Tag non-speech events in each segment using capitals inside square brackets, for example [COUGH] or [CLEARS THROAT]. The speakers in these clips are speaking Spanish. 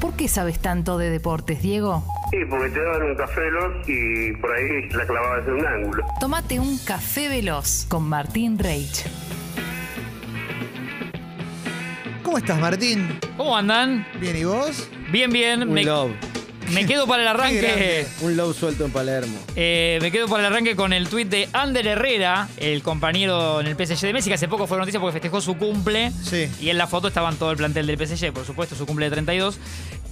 ¿Por qué sabes tanto de deportes, Diego? Sí, porque te daban un café veloz y por ahí la clavabas en un ángulo. Tómate un café veloz con Martín Reich. ¿Cómo estás, Martín? ¿Cómo andan? ¿Bien y vos? Bien, bien. Un me, love. me quedo para [LAUGHS] el Qué arranque. grande. Un love suelto en Palermo. eh, me quedo para el arranque con el tuit de Ander Herrera, el compañero en el PSG de Messi, que hace poco fue noticia porque festejó su cumple. Sí. Y en la foto estaban todo el plantel del PSG, por supuesto, su cumple de 32.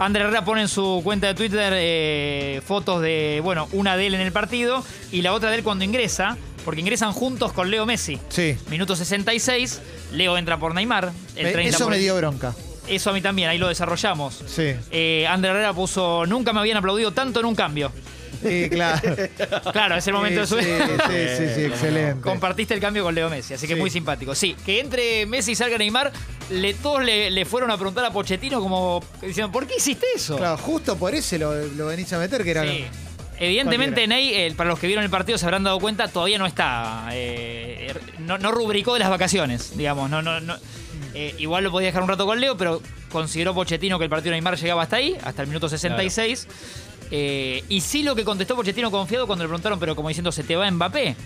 Ander Herrera pone en su cuenta de Twitter eh, fotos de, bueno, una de él en el partido y la otra de él cuando ingresa, porque ingresan juntos con Leo Messi. Sí. Minuto 66, Leo entra por Neymar. El 30 Eh, Eso por- me dio bronca. Eso a mí también, ahí lo desarrollamos. Sí. Eh, Ander Herrera puso, nunca me habían aplaudido tanto en un cambio. Sí, claro. Claro, es [LAUGHS] el momento [LAUGHS] de sí, subir. sí, sí, sí, sí, excelente. Compartiste el cambio con Leo Messi, así que Sí. muy simpático. Sí, que entre Messi y salga Neymar, le, todos le, le fueron a preguntar a Pochettino como diciendo, ¿por qué hiciste eso? Claro, justo por ese lo, lo venís a meter, que era. Sí. Evidentemente, Ney, eh, para los que vieron el partido se habrán dado cuenta, todavía no está. eh, no, no rubricó de las vacaciones, digamos. No, no, no. Eh, igual lo podía dejar un rato con Leo, pero consideró Pochettino que el partido de Neymar llegaba hasta ahí, hasta el minuto 66. Eh, y sí lo que contestó Pochettino confiado cuando le preguntaron, pero como diciendo, ¿se te va Mbappé?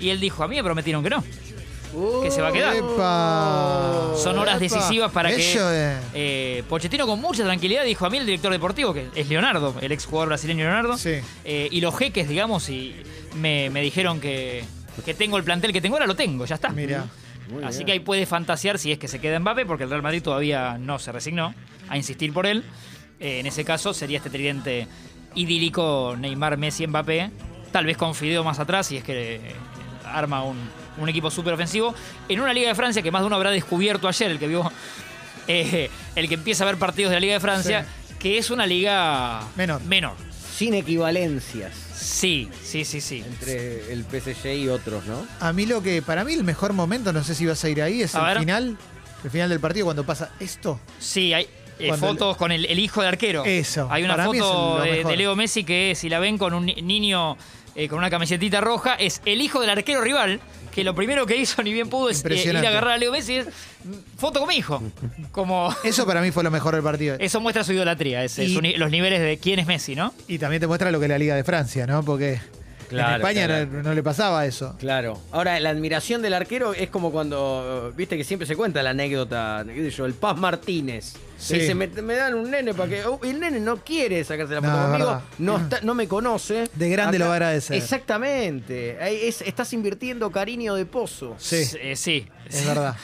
Y él dijo, a mí me prometieron que no. Que Oh, se va a quedar. Oh. ¡Epa! Son horas ¡Epa! decisivas para Eso que es. eh, Pochettino con mucha tranquilidad dijo a mí el director deportivo, que es Leonardo, el ex jugador brasileño Leonardo, Sí. eh, y los jeques, digamos, y me, me dijeron que, que tengo el plantel que tengo, ahora lo tengo, ya está. Mirá. Muy Así bien. que ahí puede fantasear si es que se queda Mbappé, porque el Real Madrid todavía no se resignó a insistir por él. Eh, en ese caso sería este tridente idílico Neymar, Messi, Mbappé, tal vez con Fideo más atrás, si es que eh, arma un, un equipo súper ofensivo. En una Liga de Francia que más de uno habrá descubierto ayer, el que vio, [LAUGHS] eh, el que empieza a ver partidos de la Liga de Francia, que es una liga Menor. Sin equivalencias Sí, sí, sí, sí. entre el PSG y otros, ¿no? A mí lo que. Para mí el mejor momento, no sé si vas a ir ahí, es A el ver. final. El final del partido, cuando pasa esto. Sí, hay eh, Cuando el- fotos con el, el hijo de arquero. Eso, Hay una para mí es foto lo de, mejor. de Leo Messi que si la ven con un ni- niño eh, con una camiseta roja, es el hijo del arquero rival, que lo primero que hizo, ni bien pudo, es eh, ir a Impresionante. agarrar a Leo Messi. Es, mm, foto con mi hijo. Como... [LAUGHS] Eso para mí fue lo mejor del partido. Eso muestra su idolatría, es- es Y- su ni- los niveles de quién es Messi, ¿no? Y también te muestra lo que es la Liga de Francia, ¿no? Porque en Claro, España claro. no, no le pasaba eso. Claro. Ahora, la admiración del arquero es como cuando, eh, viste que siempre se cuenta la anécdota, qué sé yo, el Paz Martínez. Sí. Que Dice, me, me dan un nene para que... oh, y el nene no quiere sacarse la No, foto es conmigo, verdad. Ah. no, está- no me conoce. De grande lo va a agradecer. Exactamente. Ahí es- estás invirtiendo cariño de pozo. Sí, S- eh, sí. es verdad.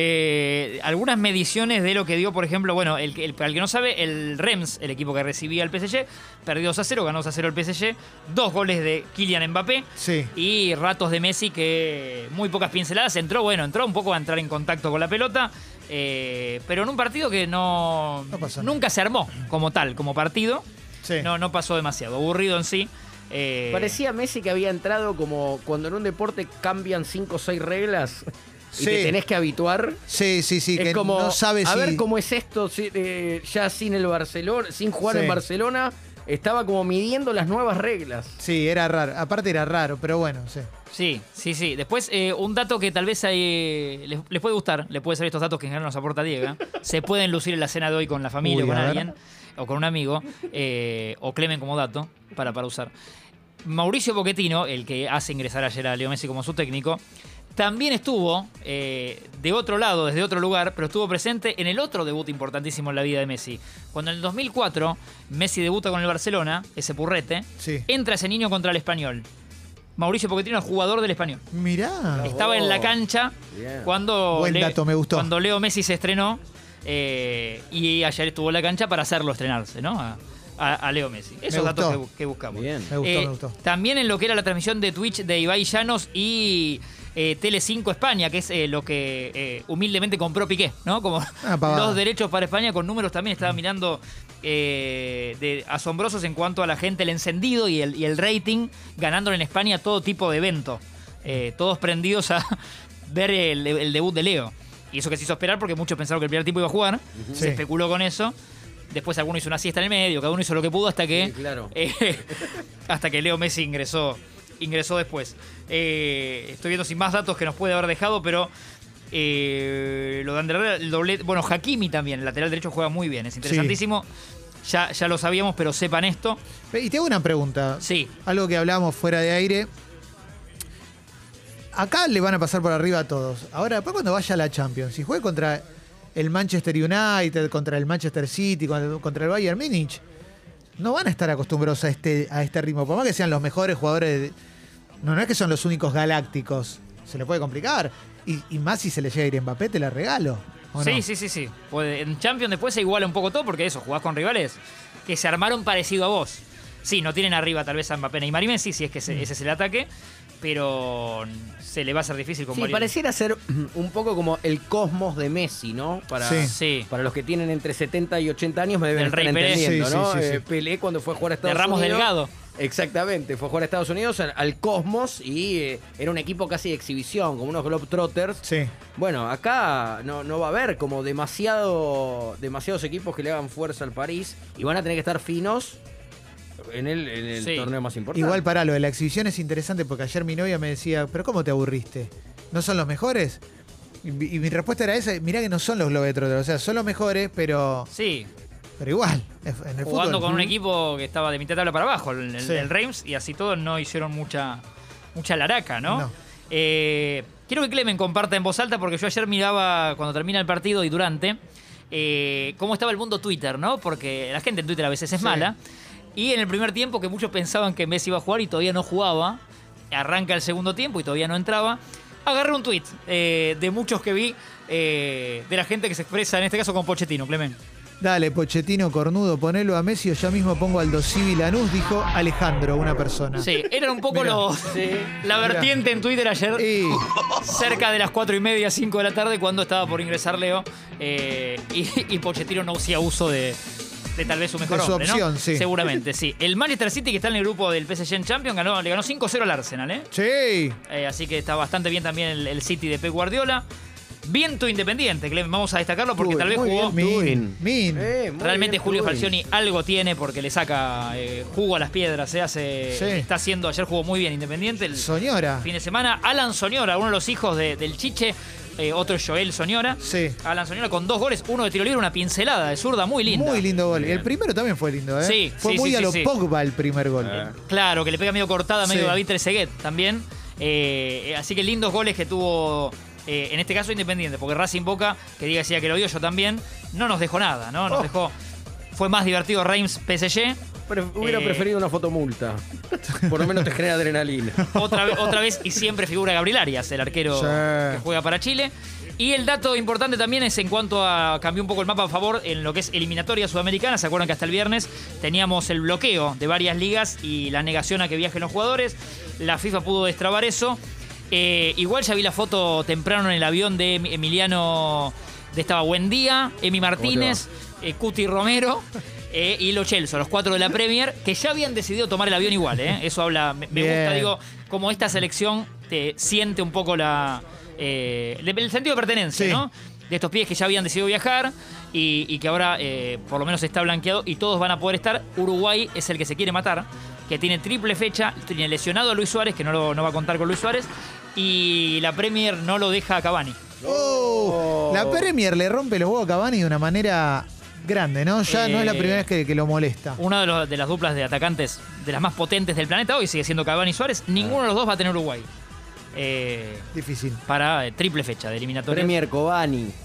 Eh, algunas mediciones de lo que dio, por ejemplo, bueno, el, que- el- para el que no sabe, el Rems, el equipo que recibía el PSG, perdió 2 a 0, ganó 2 a 0 el PSG, dos goles de Kylian Mbappé Sí. y ratos de Messi que muy pocas pinceladas, entró, bueno, entró un poco a entrar en contacto con la pelota, eh, pero en un partido que no, No pasó nada. nunca se armó como tal, como partido, Sí. no, no pasó demasiado, aburrido en sí. eh, Parecía Messi que había entrado como cuando en un deporte cambian cinco o seis reglas Sí. y te tenés que habituar. Sí, sí, sí, es que como, no sabes a si... ver cómo es esto si- eh, ya sin el Barcelona, sin jugar Sí. en Barcelona, estaba como midiendo las nuevas reglas. Sí, era raro. Aparte era raro, pero bueno, sí. Sí, sí, sí. Después, eh, un dato que tal vez eh, les, les puede gustar, les puede ser estos datos que en general nos aporta Diego. ¿eh? Se pueden lucir en la cena de hoy con la familia, Uy, o con a ver. alguien, o con un amigo, eh, o Clemen como dato, para, para usar. Mauricio Pochettino, el que hace ingresar ayer a Leo Messi como su técnico, también estuvo eh, de otro lado, desde otro lugar, pero estuvo presente en el otro debut importantísimo en la vida de Messi. Cuando en el 2004 Messi debuta con el Barcelona, ese purrete, Sí. entra ese niño contra el español. Mauricio Pochettino, jugador del español. Mirá. Estaba en la cancha Oh, Bien. cuando, Buen dato, me gustó. cuando Leo Messi se estrenó eh, y ayer estuvo en la cancha para hacerlo estrenarse, ¿no? A, a- a Leo Messi. Esos Me datos que, gustó. bu- que buscamos. Bien. Me gustó, Eh, me gustó. También en lo que era la transmisión de Twitch de Ibai Llanos y eh, Tele5 España, que es eh, lo que eh, humildemente compró Piqué, ¿no? Como Ah, pavada. los derechos para España con números también estaba mirando eh, de asombrosos en cuanto a la gente, el encendido y el, y el rating, ganándole en España todo tipo de evento. Eh, todos prendidos a [LAUGHS] ver el, el debut de Leo. Y eso que se hizo esperar porque muchos pensaron que el primer tipo iba a jugar. Se Sí. especuló con eso. Después alguno hizo una siesta en el medio, cada uno hizo lo que pudo hasta que. Sí, claro. eh, [LAUGHS] hasta que Leo Messi ingresó. Ingresó después. Eh, estoy viendo sin más datos que nos puede haber dejado, pero. eh, lo de André Herrera, el doblete- Bueno, Hakimi también, el lateral derecho juega muy bien. Es interesantísimo. Ya, ya lo sabíamos, pero sepan esto. Y te hago una pregunta. Sí. Algo que hablábamos fuera de aire. Acá le van a pasar por arriba a todos. Ahora, después cuando vaya a la Champions, si juegue contra el Manchester United, contra el Manchester City, contra, contra el Bayern Múnich, no van a estar acostumbrados a este, a este ritmo. Por más que sean los mejores jugadores. de- no, no es que son los únicos galácticos. Se le puede complicar. Y, y más si se le llega a ir Mbappé, te la regalo. ¿o Sí, no? sí, sí, sí. Puede- En Champions después se iguala un poco todo porque eso, jugás con rivales que se armaron parecido a vos. Sí, no tienen arriba tal vez a Mbappé, Neymar y Messi, si es que ese, ese es el ataque, pero se le va a ser difícil con Sí, varios- pareciera ser [CLEARS THROAT] un poco como el cosmos de Messi, ¿no? Para, Sí. Sí. para los que tienen entre 70 y 80 años me deben Del estar Rey Pelé. entendiendo, Sí, sí, ¿no? sí, sí. Eh, Pelé cuando fue a jugar a Estados De Ramos Unidos. Delgado. Exactamente, fue a jugar a Estados Unidos al, al Cosmos y eh, era un equipo casi de exhibición, como unos Globetrotters. Sí. Bueno, acá no, no va a haber como demasiado, demasiados equipos que le hagan fuerza al París y van a tener que estar finos en el, en el Sí. torneo más importante. Igual para lo de la exhibición es interesante porque ayer mi novia me decía, pero ¿cómo te aburriste? ¿No son los mejores? Y, mi- y mi respuesta era esa, mirá que no son los Globetrotters, o sea, son los mejores, pero, Sí, pero igual, es- en el jugando fútbol. con un Ujú. equipo que estaba de mitad de tabla para abajo, el, el- Sí. el Reims, y así todos no hicieron mucha, mucha laraca, ¿no? No. Eh, quiero que Clemen comparta en voz alta, porque yo ayer miraba cuando termina el partido y durante, eh, cómo estaba el mundo Twitter, ¿no? Porque la gente en Twitter a veces es Sí. mala. Y en el primer tiempo, que muchos pensaban que Messi iba a jugar y todavía no jugaba, arranca el segundo tiempo y todavía no entraba, agarré un tweet de muchos que vi, eh, de la gente que se expresa, en este caso con Pochettino, Clemen. Dale, Pochettino Cornudo, ponelo a Messi o ya mismo pongo al Dosivi Lanús, dijo Alejandro, una persona. Sí, eran un [LAUGHS] poco Mirá. los, la vertiente en Twitter ayer, Y cerca de las 4 y media, 5 de la tarde, cuando estaba por ingresar Leo. eh, y, y Pochettino no hacía uso de, de tal vez su mejor De su hombre, ¿no? opción, sí. Seguramente, sí. El Manchester City, que está en el grupo del PSG en Champions, ganó, le ganó 5-0 al Arsenal, ¿eh? sí, Eh, así que está bastante bien también el, el City de Pep Guardiola. Viento independiente, Clem, vamos a destacarlo porque Uy, tal vez muy jugó. bien, Min, Min. Eh, muy Realmente bien, Julio Luis. Falcioni algo tiene porque le saca eh, jugo a las piedras. Se hace, Sí. está haciendo ayer jugó muy bien Independiente. El Soñora. fin de semana Alan Soñora, uno de los hijos de- del Chiche, eh, otro Joel Soñora. Sí. Alan Soñora con dos goles, uno de tiro libre, una pincelada de zurda muy linda. Muy lindo gol. El primero también fue lindo, ¿eh? Sí, fue sí, muy sí, a sí, Eh. lo sí. Pogba el primer gol. Claro, que le pega medio cortada, medio Sí. David Trezeguet también. Eh, eh, así que lindos goles que tuvo, eh, en este caso Independiente, porque Racing Boca, que diga decía que lo vio yo también, no nos dejó nada, ¿no? Nos Oh. dejó. Fue más divertido Reims PSG. Pre- hubiera Eh. preferido una fotomulta. Por lo menos te [LAUGHS] genera adrenalina. Otra, ve- otra vez y siempre figura Gabriel Arias, el arquero Sí. que juega para Chile. Y el dato importante también es en cuanto a cambió un poco el mapa a favor en lo que es eliminatoria sudamericana. ¿Se acuerdan que hasta el viernes teníamos el bloqueo de varias ligas y la negación a que viajen los jugadores? La FIFA pudo destrabar eso. Eh, igual ya vi la foto temprano en el avión de Em- Emiliano de estaba Buendía, Emi Martínez, eh, Cuti Romero eh, y Lo Chelso, los cuatro de la Premier, que ya habían decidido tomar el avión igual, ¿eh? Eso habla, me, me gusta, Bien. digo, como esta selección te siente un poco la eh, de- el sentido de pertenencia, Sí. ¿no? De estos pies que ya habían decidido viajar y, y que ahora eh, por lo menos está blanqueado y todos van a poder estar. Uruguay es el que se quiere matar, que tiene triple fecha, tiene lesionado a Luis Suárez, que no, lo- no va a contar con Luis Suárez, y la Premier no lo deja a Cavani. Oh, La Premier le rompe los huevos a Cavani de una manera grande, ¿no? Ya no es la Eh, primera vez que, que lo molesta. Una de, los- de las duplas de atacantes de las más potentes del planeta hoy sigue siendo Cavani y Suárez. Ninguno de los dos va a tener Uruguay. Eh, Difícil. para eh, triple fecha de eliminatoria. Premier Cobani. [LAUGHS]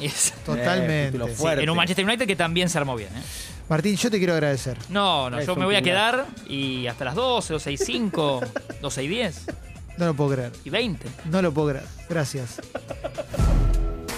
Es- Totalmente. título fuerte. en un Manchester United que también se armó bien. ¿eh? Martín, yo te quiero agradecer. No, no, Es yo un me voy a quedar pilar. y hasta las 12, 12 y 5, [LAUGHS] 12 y 10 No lo puedo creer. y 20. No lo puedo creer. Gracias.